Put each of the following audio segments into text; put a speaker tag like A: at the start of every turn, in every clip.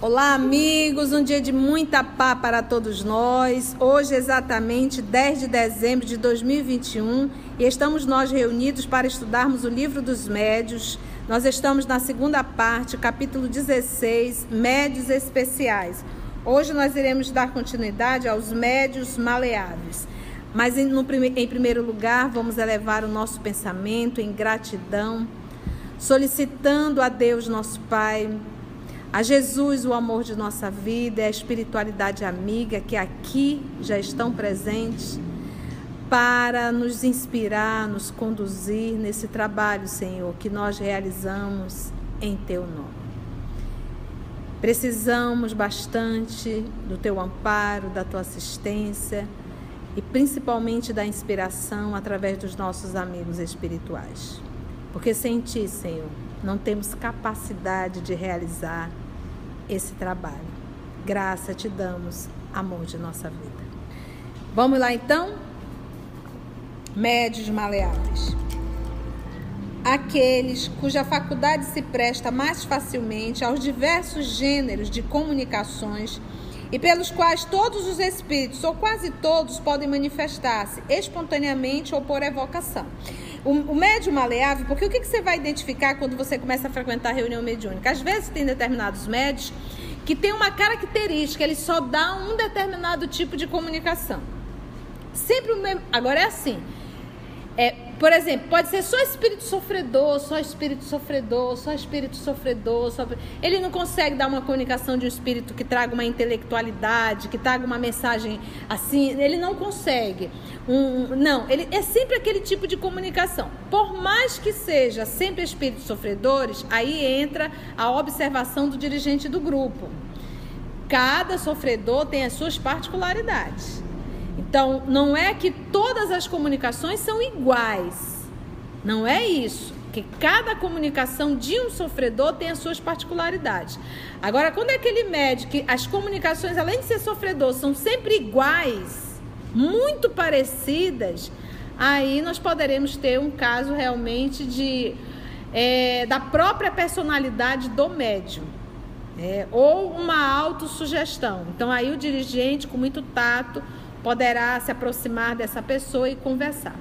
A: Olá, amigos. Um dia de muita pá para todos nós. Hoje, exatamente 10 de dezembro de 2021, e estamos nós reunidos para estudarmos o livro dos médios. Nós estamos na segunda parte, capítulo 16, Médios Especiais. Hoje nós iremos dar continuidade aos médios maleáveis. Mas, em, no, em primeiro lugar, vamos elevar o nosso pensamento em gratidão, solicitando a Deus, nosso Pai, a Jesus, o amor de nossa vida, a espiritualidade amiga que aqui já estão presentes para nos inspirar, nos conduzir nesse trabalho, Senhor, que nós realizamos em teu nome. Precisamos bastante do teu amparo, da tua assistência e principalmente da inspiração através dos nossos amigos espirituais. Porque sem ti, Senhor, não temos capacidade de realizar esse trabalho. Graça te damos, amor de nossa vida. Vamos lá então? Médios maleáveis. Aqueles cuja faculdade se presta mais facilmente aos diversos gêneros de comunicações e pelos quais todos os espíritos, ou quase todos, podem manifestar-se espontaneamente ou por evocação. O, o médium maleável, porque o que, que, você vai identificar quando você começa a frequentar a reunião mediúnica? Às vezes tem determinados médios que tem uma característica, ele só dá um determinado tipo de comunicação. Sempre o mesmo. Agora é assim. É, por exemplo, pode ser só espírito sofredor, só espírito sofredor, só espírito sofredor. Só... Ele não consegue dar uma comunicação de um espírito que traga uma intelectualidade, que traga uma mensagem assim. Ele não consegue. Um, não, ele é sempre aquele tipo de comunicação. Por mais que seja sempre espíritos sofredores, aí entra a observação do dirigente do grupo. Cada sofredor tem as suas particularidades. Então, não é que todas as comunicações são iguais. Não é isso. Que cada comunicação de um sofredor tem as suas particularidades. Agora, quando é aquele médico que as comunicações, além de ser sofredor, são sempre iguais, muito parecidas, aí nós poderemos ter um caso realmente de é, da própria personalidade do médium. É, ou uma autossugestão. Então, aí o dirigente, com muito tato, poderá se aproximar dessa pessoa e conversar.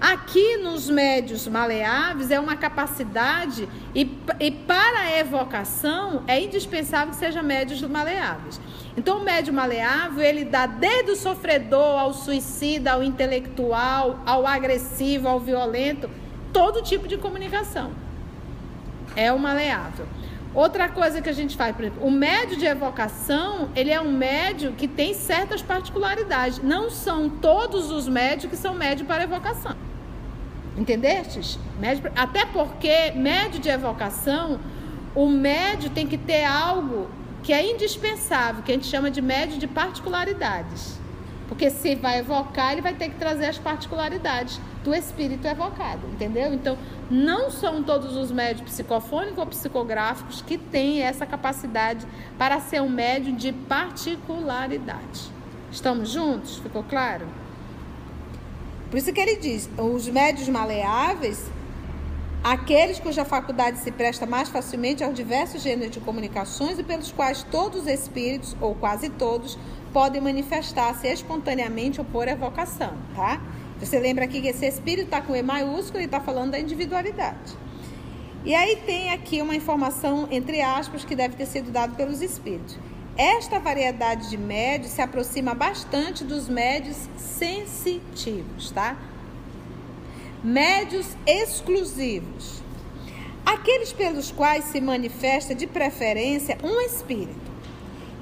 A: Aqui nos médios maleáveis é uma capacidade e, e para a evocação é indispensável que seja médios maleáveis. Então o médio maleável ele dá desde o sofredor ao suicida, ao intelectual, ao agressivo, ao violento, todo tipo de comunicação. É o maleável. Outra coisa que a gente faz, por exemplo, o médio de evocação, ele é um médio que tem certas particularidades. Não são todos os médios que são médio para evocação. Entendestes? Médio, até porque médio de evocação, o médio tem que ter algo que é indispensável, que a gente chama de médio de particularidades. Porque se vai evocar, ele vai ter que trazer as particularidades do espírito evocado, entendeu? Então, não são todos os médios psicofônicos ou psicográficos que têm essa capacidade para ser um médium de particularidade. Estamos juntos? Ficou claro? Por isso que ele diz: os médios maleáveis, aqueles cuja faculdade se presta mais facilmente aos diversos gêneros de comunicações e pelos quais todos os espíritos, ou quase todos, podem manifestar-se espontaneamente ou por evocação, tá? Você lembra aqui que esse espírito está com E maiúsculo e está falando da individualidade. E aí tem aqui uma informação, entre aspas, que deve ter sido dada pelos espíritos. Esta variedade de médios se aproxima bastante dos médios sensitivos, tá? Médios exclusivos. Aqueles pelos quais se manifesta de preferência um espírito.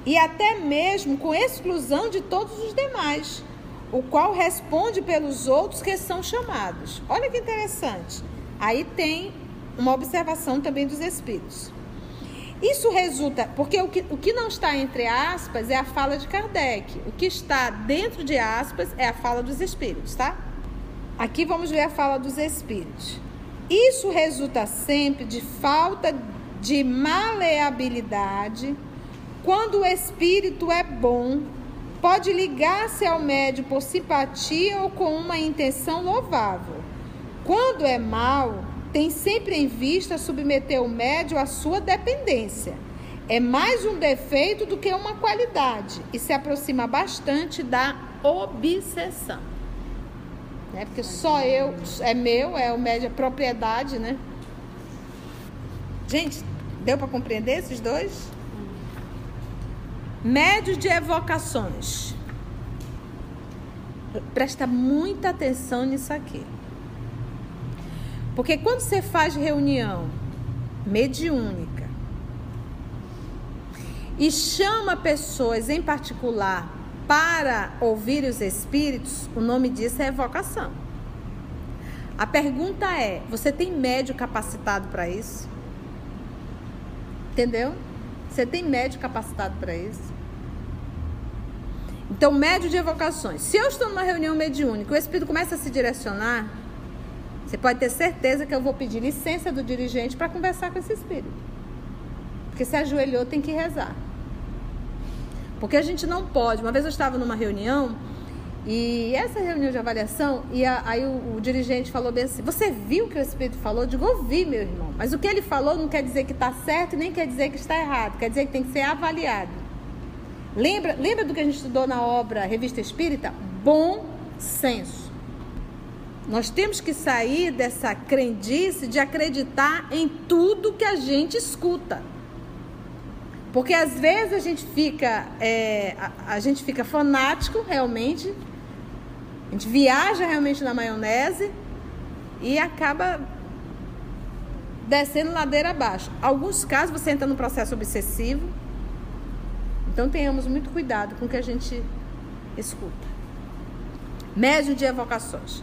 A: E até mesmo com exclusão de todos os demais o qual responde pelos outros que são chamados. Olha que interessante. Aí tem uma observação também dos espíritos. Isso resulta, porque o que, o que não está entre aspas é a fala de Kardec, o que está dentro de aspas é a fala dos espíritos, tá? Aqui vamos ver a fala dos espíritos. Isso resulta sempre de falta de maleabilidade quando o espírito é bom Pode ligar-se ao médium por simpatia ou com uma intenção louvável. Quando é mal, tem sempre em vista submeter o médium à sua dependência. É mais um defeito do que uma qualidade e se aproxima bastante da obsessão. Né? Porque só eu, é meu, é o médium, é propriedade, né? Gente, deu para compreender esses dois? Médios de evocações. Presta muita atenção nisso aqui. Porque quando você faz reunião mediúnica e chama pessoas em particular para ouvir os espíritos, o nome disso é evocação. A pergunta é: você tem médio capacitado para isso? Entendeu? Você tem médio capacitado para isso? Então, médio de evocações. Se eu estou numa reunião mediúnica, o espírito começa a se direcionar, você pode ter certeza que eu vou pedir licença do dirigente para conversar com esse espírito. Porque se ajoelhou, tem que rezar. Porque a gente não pode. Uma vez eu estava numa reunião e essa reunião de avaliação, e a, aí o, o, dirigente falou bem assim: Você viu o que o Espírito falou? Eu digo, ouvi, meu irmão. Mas o que ele falou não quer dizer que está certo, nem quer dizer que está errado. Quer dizer que tem que ser avaliado. Lembra, lembra do que a gente estudou na obra Revista Espírita? Bom senso. Nós temos que sair dessa crendice de acreditar em tudo que a gente escuta. Porque às vezes a gente fica, é, a, a gente fica fanático realmente, a gente viaja realmente na maionese e acaba descendo ladeira abaixo. Alguns casos você entra num processo obsessivo. Então tenhamos muito cuidado com o que a gente escuta. Médio de evocações.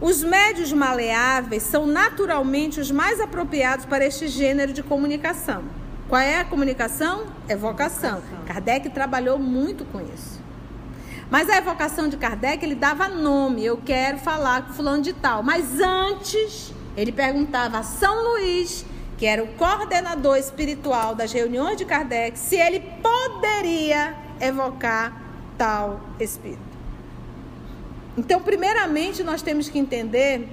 A: Os médios maleáveis são naturalmente os mais apropriados para este gênero de comunicação. Qual é a comunicação? Evocação. evocação. Kardec trabalhou muito com isso. Mas a evocação de Kardec, ele dava nome. Eu quero falar com fulano de tal. Mas antes, ele perguntava a São Luís, que era o coordenador espiritual das reuniões de Kardec, se ele poderia evocar tal espírito. Então, primeiramente, nós temos que entender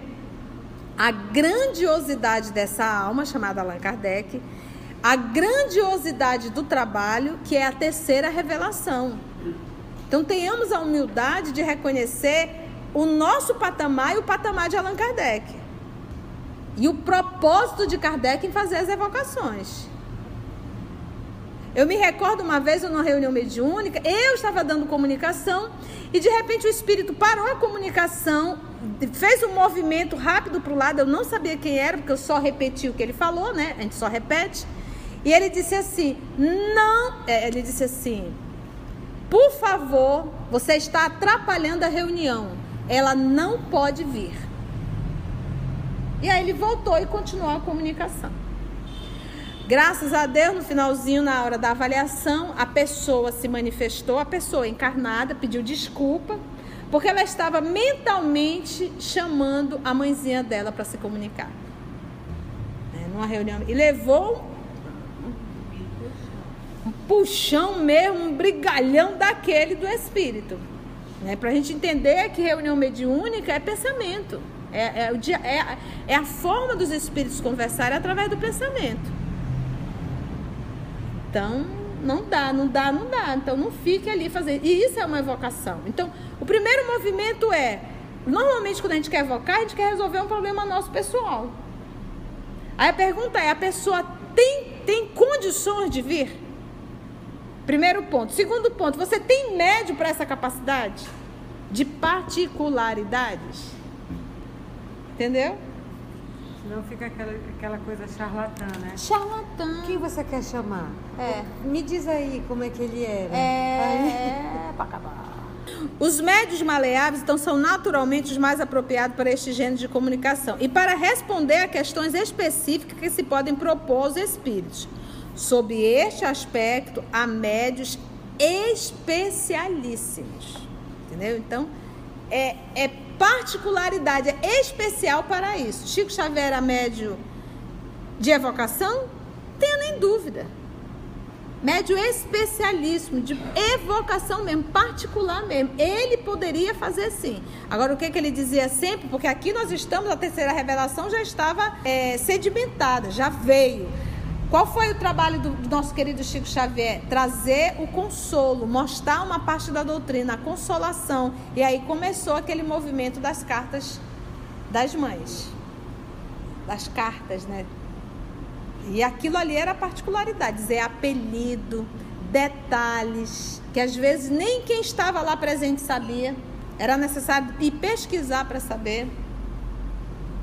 A: a grandiosidade dessa alma chamada Allan Kardec a grandiosidade do trabalho, que é a terceira revelação. Então tenhamos a humildade de reconhecer o nosso patamar e o patamar de Allan Kardec. E o propósito de Kardec em fazer as evocações. Eu me recordo uma vez, numa reunião mediúnica, eu estava dando comunicação e de repente o espírito parou a comunicação, fez um movimento rápido para o lado, eu não sabia quem era, porque eu só repeti o que ele falou, né? A gente só repete. E ele disse assim: Não, ele disse assim, por favor, você está atrapalhando a reunião. Ela não pode vir. E aí ele voltou e continuou a comunicação. Graças a Deus, no finalzinho, na hora da avaliação, a pessoa se manifestou, a pessoa encarnada pediu desculpa, porque ela estava mentalmente chamando a mãezinha dela para se comunicar. Né, numa reunião. E levou um puxão mesmo, um brigalhão daquele do espírito. Né? Para a gente entender que reunião mediúnica é pensamento. É, é, o dia, é, é a forma dos espíritos conversarem através do pensamento. Então, não dá, não dá, não dá. Então, não fique ali fazendo. E isso é uma evocação. Então, o primeiro movimento é. Normalmente, quando a gente quer evocar, a gente quer resolver um problema nosso pessoal. Aí a pergunta é: a pessoa tem, tem condições de vir? Primeiro ponto. Segundo ponto, você tem médio para essa capacidade de particularidades? Entendeu?
B: Senão fica aquela, aquela coisa charlatã, né?
A: Charlatã.
B: Quem você quer chamar?
A: É.
B: Me diz aí como é que ele era.
A: É, é pra acabar. Os médios maleáveis, então, são naturalmente os mais apropriados para este gênero de comunicação e para responder a questões específicas que se podem propor aos espíritos. Sob este aspecto, há médios especialíssimos. Entendeu? Então, é, é, particularidade, é especial para isso. Chico Xavier era médio de evocação? Tenha nem dúvida. médio especialíssimo, de evocação mesmo, particular mesmo. Ele poderia fazer sim. Agora, o que, que ele dizia sempre? Porque aqui nós estamos, a terceira revelação já estava é, sedimentada, já veio. Qual foi o trabalho do, do nosso querido Chico Xavier? Trazer o consolo, mostrar uma parte da doutrina, a consolação. E aí começou aquele movimento das cartas das mães. Das cartas, né? E aquilo ali era particularidade, dizer apelido, detalhes, que às vezes nem quem estava lá presente sabia. Era necessário ir pesquisar para saber.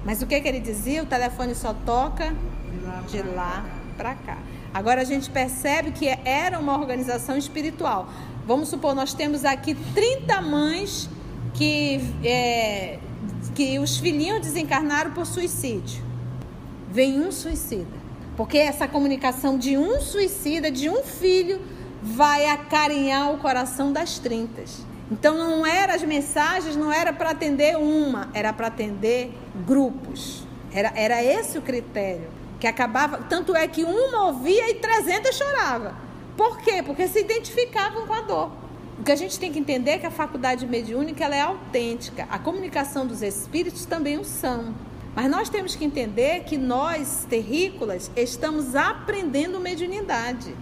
A: Mas o que, que ele dizia? O telefone só toca de lá para cá. Agora a gente percebe que era uma organização espiritual. Vamos supor, nós temos aqui 30 mães que, é, que os filhinhos desencarnaram por suicídio. Vem um suicida. Porque essa comunicação de um suicida, de um filho, vai acarinhar o coração das 30. Então não eram as mensagens, não era para atender uma, era para atender grupos. Era, era esse o critério. Que acabava. Tanto é que uma ouvia e 300 chorava. Por quê? Porque se identificavam com a dor. O que a gente tem que entender é que a faculdade mediúnica ela é autêntica. A comunicação dos espíritos também o são. Mas nós temos que entender que nós, terrícolas, estamos aprendendo mediunidade.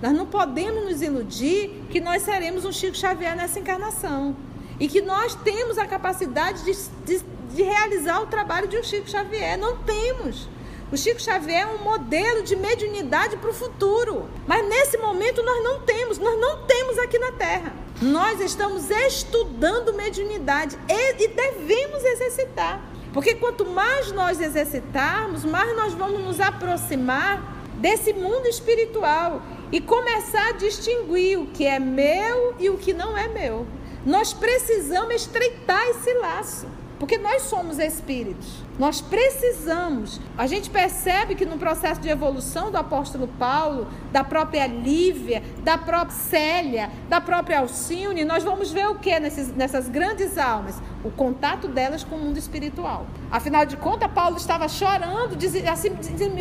A: Nós não podemos nos iludir que nós seremos um Chico Xavier nessa encarnação. E que nós temos a capacidade de, de, de realizar o trabalho de um Chico Xavier. Não temos. O Chico Xavier é um modelo de mediunidade para o futuro. Mas nesse momento nós não temos, nós não temos aqui na Terra. Nós estamos estudando mediunidade e, e devemos exercitar. Porque quanto mais nós exercitarmos, mais nós vamos nos aproximar desse mundo espiritual e começar a distinguir o que é meu e o que não é meu. Nós precisamos estreitar esse laço. Porque nós somos espíritos. Nós precisamos. A gente percebe que no processo de evolução do apóstolo Paulo, da própria Lívia, da própria Célia, da própria Alcione, nós vamos ver o que nessas, nessas grandes almas? O contato delas com o mundo espiritual. Afinal de contas, Paulo estava chorando, dizendo assim: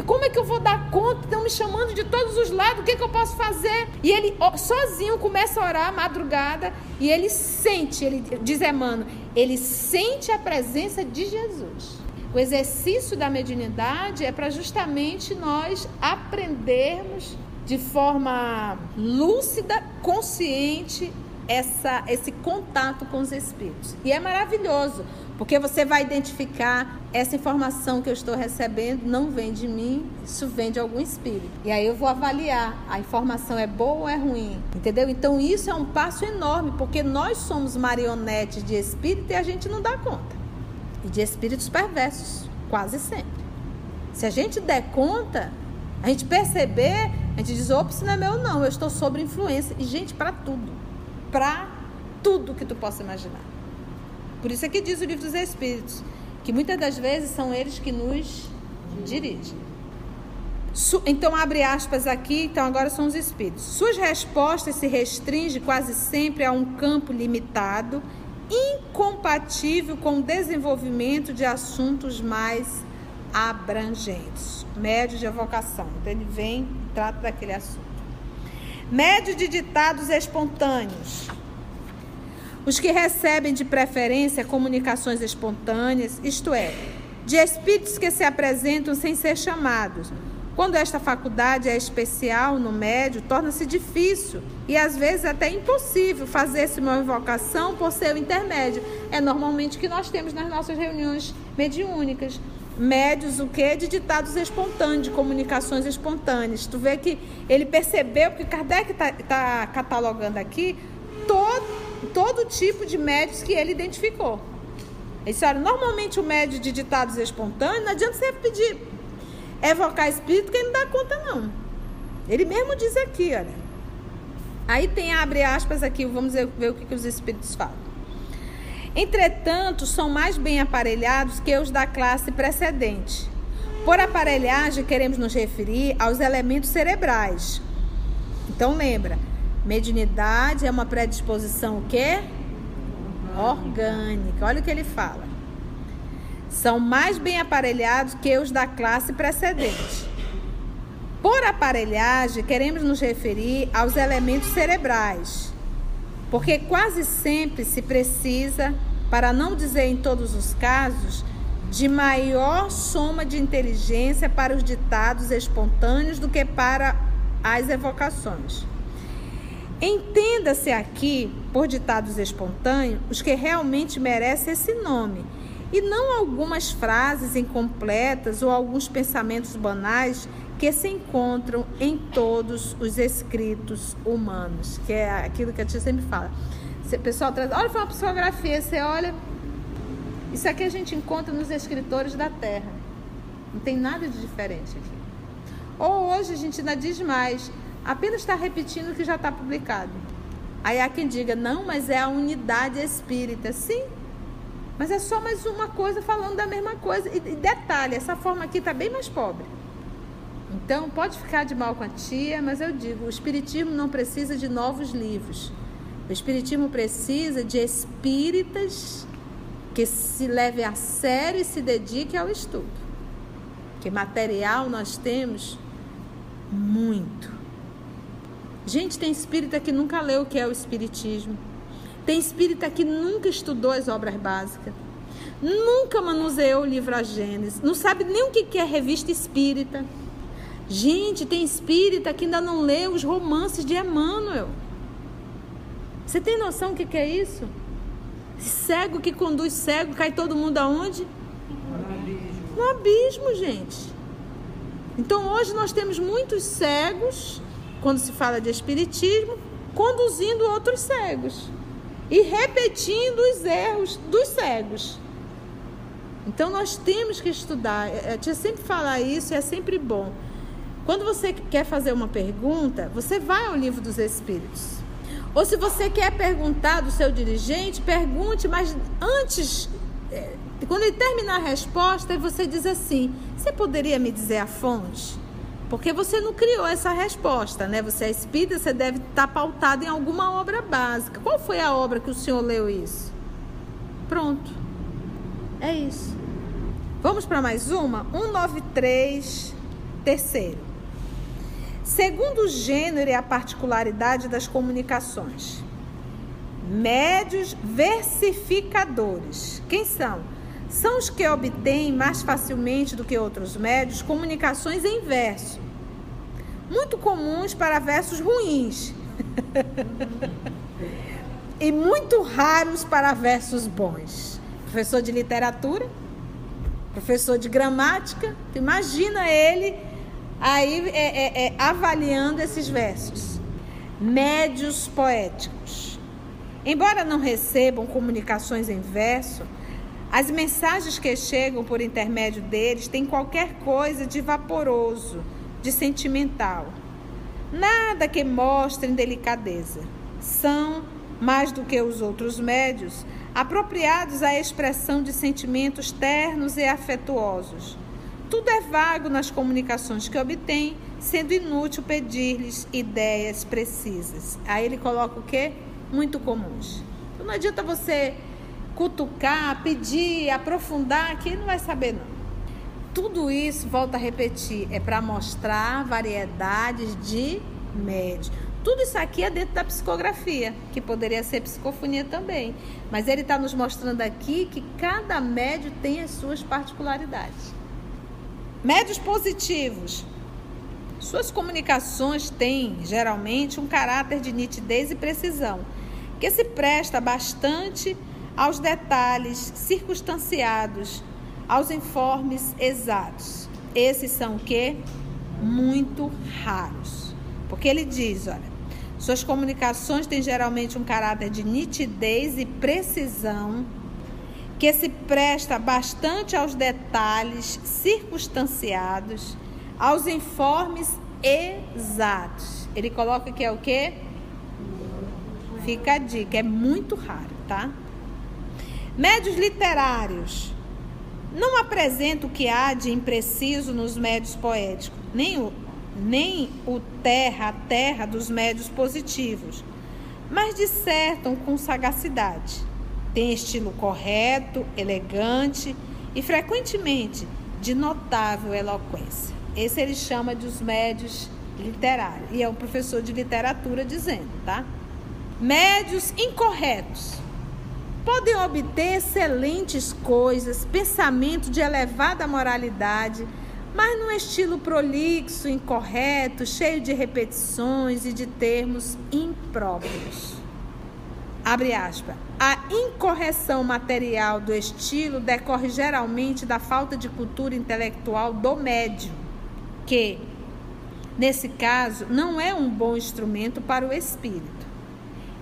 A: como é que eu vou dar conta? Estão me chamando de todos os lados, o que, é que eu posso fazer? E ele sozinho começa a orar à madrugada e ele sente, ele diz Emmanuel, ele sente a presença de Jesus. O exercício da mediunidade é para justamente nós aprendermos de forma lúcida, consciente, essa, esse contato com os espíritos. E é maravilhoso, porque você vai identificar essa informação que eu estou recebendo não vem de mim, isso vem de algum espírito. E aí eu vou avaliar, a informação é boa ou é ruim, entendeu? Então isso é um passo enorme, porque nós somos marionetes de espírito e a gente não dá conta. E de espíritos perversos, quase sempre. Se a gente der conta, a gente perceber, a gente diz, opa, isso não é meu não, eu estou sob influência. E gente, para tudo para tudo que tu possa imaginar. Por isso é que diz o livro dos Espíritos, que muitas das vezes são eles que nos dirigem. Su então, abre aspas aqui, então agora são os espíritos. Suas respostas se restringem quase sempre a um campo limitado, incompatível com o desenvolvimento de assuntos mais abrangentes. Médio de evocação. Então, ele vem e trata daquele assunto médio de ditados espontâneos. Os que recebem de preferência comunicações espontâneas, isto é, de espíritos que se apresentam sem ser chamados. Quando esta faculdade é especial no médio, torna-se difícil e às vezes até impossível fazer-se uma invocação por seu intermédio. É normalmente o que nós temos nas nossas reuniões mediúnicas médios o que de ditados espontâneos, de comunicações espontâneas. Tu vê que ele percebeu que Kardec está tá catalogando aqui todo, todo tipo de médios que ele identificou. Ele disse, olha, normalmente o médio de ditados espontâneos, não adianta você pedir evocar espírito que ele não dá conta, não. Ele mesmo diz aqui, olha. Aí tem, abre aspas aqui, vamos ver, ver o que, que os espíritos falam. Entretanto, são mais bem aparelhados que os da classe precedente. Por aparelhagem, queremos nos referir aos elementos cerebrais. Então, lembra, mediunidade é uma predisposição o quê? Orgânica. Olha o que ele fala. São mais bem aparelhados que os da classe precedente. Por aparelhagem, queremos nos referir aos elementos cerebrais, porque quase sempre se precisa, para não dizer em todos os casos, de maior soma de inteligência para os ditados espontâneos do que para as evocações. Entenda-se aqui, por ditados espontâneos, os que realmente merecem esse nome, e não algumas frases incompletas ou alguns pensamentos banais que se encontram em todos os escritos humanos, que é aquilo que a tia sempre fala. O pessoal traz, olha, foi uma psicografia, você olha. Isso aqui a gente encontra nos escritores da Terra. Não tem nada de diferente aqui. Ou hoje a gente ainda diz mais, apenas está repetindo o que já está publicado. Aí há quem diga, não, mas é a unidade espírita. Sim, mas é só mais uma coisa falando da mesma coisa. E, e detalhe, essa forma aqui está bem mais pobre. Então, pode ficar de mal com a tia, mas eu digo: o Espiritismo não precisa de novos livros. O Espiritismo precisa de espíritas que se levem a sério e se dediquem ao estudo. Que material nós temos? Muito. Gente, tem espírita que nunca leu o que é o Espiritismo. Tem espírita que nunca estudou as obras básicas. Nunca manuseou o livro A Gênesis. Não sabe nem o que é revista espírita. Gente, tem espírita que ainda não leu os romances de Emmanuel. Você tem noção do que, que é isso? Cego que conduz cego, cai todo mundo aonde?
B: No abismo.
A: No abismo, gente. Então hoje nós temos muitos cegos, quando se fala de espiritismo, conduzindo outros cegos e repetindo os erros dos cegos. Então nós temos que estudar. A tia sempre fala isso e é sempre bom. Quando você quer fazer uma pergunta, você vai ao livro dos Espíritos. Ou se você quer perguntar do seu dirigente, pergunte, mas antes, é, quando ele terminar a resposta, você diz assim: Você poderia me dizer a fonte? Porque você não criou essa resposta, né? Você é espírita, você deve estar pautado em alguma obra básica. Qual foi a obra que o senhor leu isso? Pronto. É isso. Vamos para mais uma? 193, terceiro. Segundo o gênero e a particularidade das comunicações. Médios versificadores. Quem são? São os que obtêm mais facilmente do que outros médios comunicações em verso. Muito comuns para versos ruins. e muito raros para versos bons. Professor de literatura, professor de gramática, imagina ele aí é, é, é, avaliando esses versos. Médios poéticos. Embora não recebam comunicações em verso, as mensagens que chegam por intermédio deles têm qualquer coisa de vaporoso, de sentimental. Nada que mostrem delicadeza. São, mais do que os outros médios, apropriados à expressão de sentimentos ternos e afetuosos tudo é vago nas comunicações que obtém, sendo inútil pedir-lhes ideias precisas. Aí ele coloca o quê? Muito comuns. Então não adianta você cutucar, pedir, aprofundar, que ele não vai saber não. Tudo isso, volta a repetir, é para mostrar variedades de médios. Tudo isso aqui é dentro da psicografia, que poderia ser psicofonia também. Mas ele está nos mostrando aqui que cada médio tem as suas particularidades. Médios positivos. Suas comunicações têm, geralmente, um caráter de nitidez e precisão, que se presta bastante aos detalhes circunstanciados, aos informes exatos. Esses são o quê? Muito raros. Porque ele diz, olha, suas comunicações têm geralmente um caráter de nitidez e precisão, que se presta bastante aos detalhes circunstanciados, aos informes exatos. Ele coloca que é o quê? Fica a dica, é muito raro, tá? Médios literários. Não apresenta o que há de impreciso nos médios poéticos, nem o, nem o terra a terra dos médios positivos, mas dissertam com sagacidade tem estilo correto, elegante e frequentemente de notável eloquência. Esse ele chama de os médios literários. E é o professor de literatura dizendo, tá? Médios incorretos podem obter excelentes coisas, pensamento de elevada moralidade, mas num estilo prolixo, incorreto, cheio de repetições e de termos impróprios. Abre aspas. A incorreção material do estilo decorre geralmente da falta de cultura intelectual do médium, que, nesse caso, não é um bom instrumento para o espírito,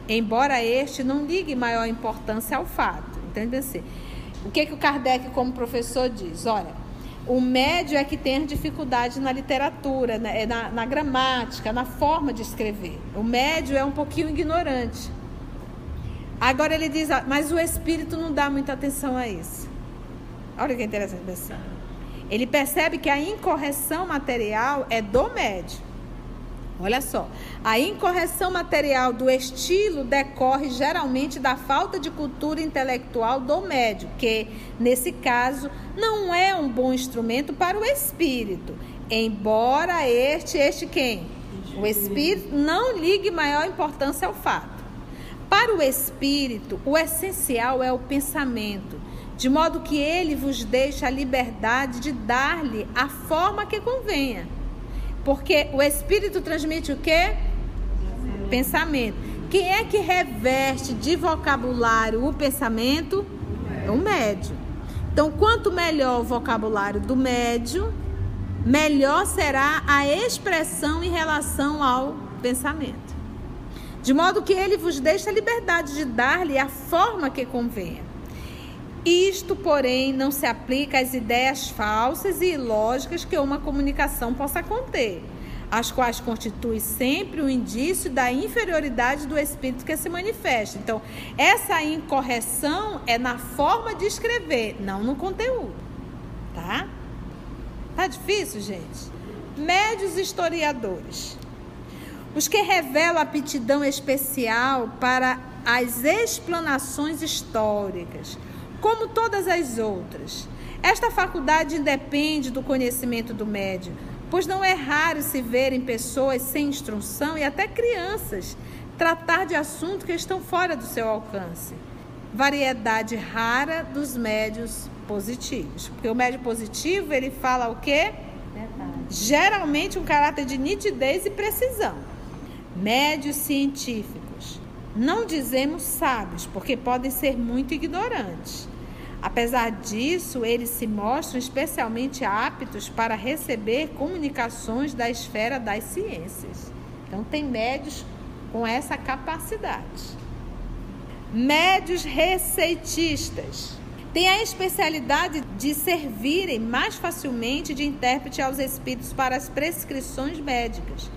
A: embora este não ligue maior importância ao fato. Entende assim? O que, que o Kardec, como professor, diz? Olha, o médio é que tem dificuldade na literatura, na, na- na gramática, na forma de escrever. O médio é um pouquinho ignorante. Agora ele diz, ó, mas o espírito não dá muita atenção a isso. Olha que interessante assim. Ele percebe que a incorreção material é do médio. Olha só, a incorreção material do estilo decorre geralmente da falta de cultura intelectual do médio, que, nesse caso, não é um bom instrumento para o espírito. Embora este, este quem? O espírito não ligue maior importância ao fato. Para o espírito, o essencial é o pensamento, de modo que ele vos deixa a liberdade de dar-lhe a forma que convenha. Porque o espírito transmite o quê? Pensamento. Quem é que reveste de vocabulário o pensamento? É o médium. Então, quanto melhor o vocabulário do médium, melhor será a expressão em relação ao pensamento de modo que ele vos deixa a liberdade de dar-lhe a forma que convenha. Isto, porém, não se aplica às ideias falsas e ilógicas que uma comunicação possa conter, as quais constituem sempre um indício da inferioridade do espírito que se manifesta. Então, essa incorreção é na forma de escrever, não no conteúdo, tá? Tá difícil, gente? Médios historiadores os que revelam aptidão especial para as explanações históricas, como todas as outras. Esta faculdade independe do conhecimento do médium, pois não é raro se verem pessoas sem instrução e até crianças tratar de assuntos que estão fora do seu alcance. Variedade rara dos médios positivos. Porque o médio positivo, ele fala o quê? geralmente um caráter de nitidez e precisão. Médios científicos. Não dizemos sábios, porque podem ser muito ignorantes. Apesar disso, eles se mostram especialmente aptos para receber comunicações da esfera das ciências. Então, tem médios com essa capacidade. Médios receitistas. Têm a especialidade de servirem mais facilmente de intérprete aos espíritos para as prescrições médicas.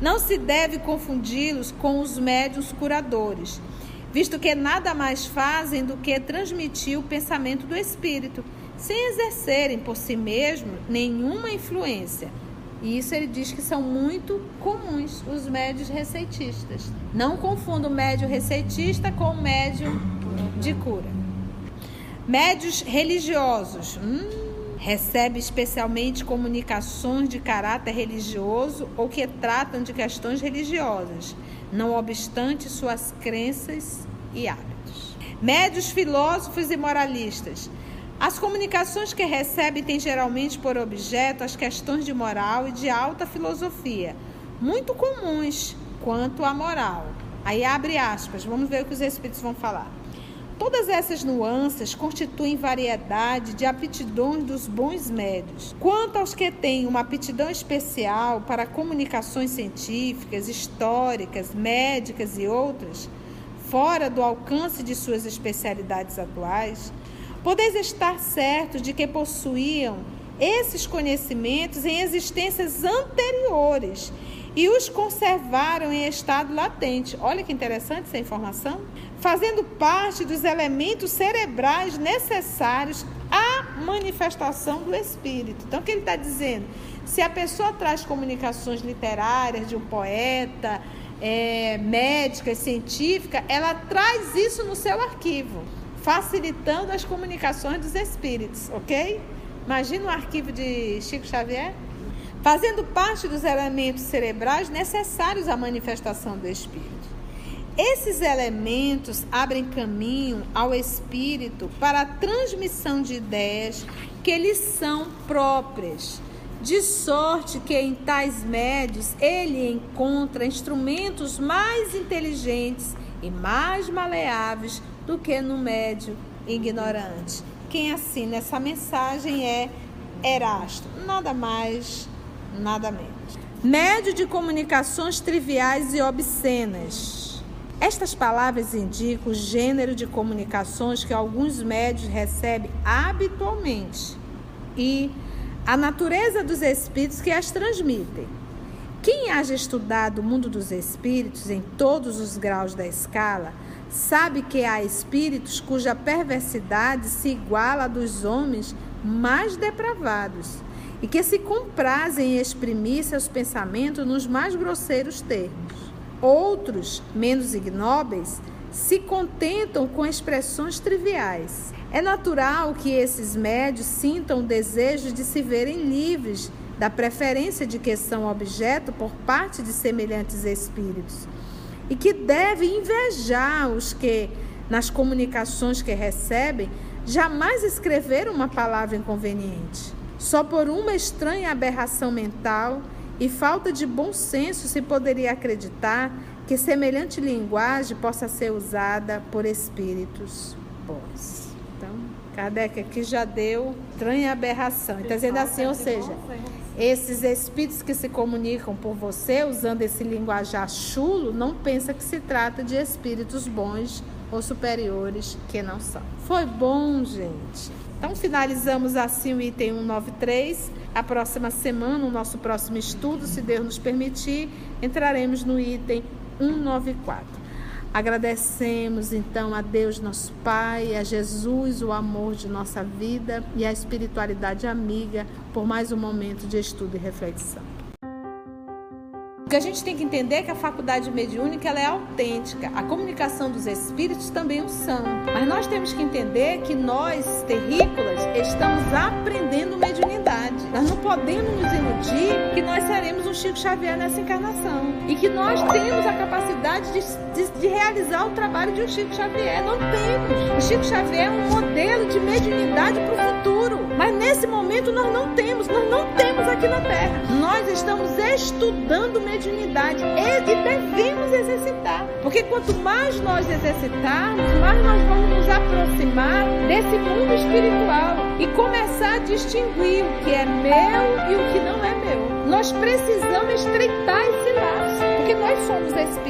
A: Não se deve confundi-los com os médios curadores, visto que nada mais fazem do que transmitir o pensamento do espírito, sem exercerem por si mesmos nenhuma influência. E isso ele diz que são muito comuns os médios receitistas. Não confunda o médio receitista com o médio de cura. Médios religiosos. Hum, recebe especialmente comunicações de caráter religioso ou que tratam de questões religiosas, não obstante suas crenças e hábitos. Médios filósofos e moralistas. As comunicações que recebe têm geralmente por objeto as questões de moral e de alta filosofia, muito comuns quanto à moral. Aí abre aspas, vamos ver o que os espíritos vão falar. Todas essas nuances constituem variedade de aptidões dos bons médios. Quanto aos que têm uma aptidão especial para comunicações científicas, históricas, médicas e outras, fora do alcance de suas especialidades atuais, podeis estar certos de que possuíam esses conhecimentos em existências anteriores e os conservaram em estado latente. Olha que interessante essa informação. Fazendo parte dos elementos cerebrais necessários à manifestação do espírito. Então, o que ele está dizendo? Se a pessoa traz comunicações literárias de um poeta, eh, médica, científica, ela traz isso no seu arquivo, facilitando as um comunicações dos espíritos, ok? Imagina o arquivo de Chico Xavier. fazendo parte dos elementos cerebrais necessários à manifestação do espírito. Esses elementos abrem caminho ao espírito para a transmissão de ideias que lhe são próprias, de sorte que em tais médios ele encontra instrumentos mais inteligentes e mais maleáveis do que no médio ignorante. Quem assina essa mensagem é Erasto, nada mais, nada menos. Médio de comunicações triviais e obscenas. Estas palavras indicam o gênero de comunicações que alguns médios recebem habitualmente e a natureza dos espíritos que as transmitem. Quem haja estudado o mundo dos espíritos em todos os graus da escala, sabe que há espíritos cuja perversidade se iguala à dos homens mais depravados e que se comprazem em exprimir seus pensamentos nos mais grosseiros termos. Outros, menos ignóbeis, se contentam com expressões triviais. É natural que esses médios sintam o desejo de se verem livres da preferência de que são objeto por parte de semelhantes espíritos e que devem invejar os que, nas comunicações que recebem, jamais escreveram uma palavra inconveniente. Só por uma estranha aberração mental e falta de bom senso se poderia acreditar que semelhante linguagem possa ser usada por espíritos bons. Então, Kardec aqui já deu estranha aberração. Está dizendo assim, ou seja, esses espíritos que se comunicam por você usando esse linguajar chulo, não pensa que se trata de espíritos bons ou superiores que não são. Foi bom, gente. Então finalizamos assim o item 193. A próxima semana, o nosso próximo estudo, se Deus nos permitir, entraremos no item 194. Agradecemos então a Deus nosso Pai, a Jesus, o amor de nossa vida e a espiritualidade amiga por mais um momento de estudo e reflexão. O que a gente tem que entender é que a faculdade mediúnica ela é autêntica, a comunicação dos espíritos também o são. Mas nós temos que entender que nós, terrícolas, estamos aprendendo mediunidade. Nós não podemos nos iludir que nós seremos um Chico Xavier nessa encarnação e que nós temos a capacidade de, de, de realizar o trabalho de um Chico Xavier. Não temos. O Chico Xavier é um modelo de mediunidade para o futuro, mas nesse momento nós não temos, nós não temos aqui na Terra. Nós estamos estudando mediunidade mediunidade e devemos exercitar. Porque quanto mais nós exercitarmos, mais nós vamos nos aproximar desse mundo espiritual e começar a distinguir o que é meu e o que não é meu. Nós precisamos estreitar esse laço, porque nós somos espíritos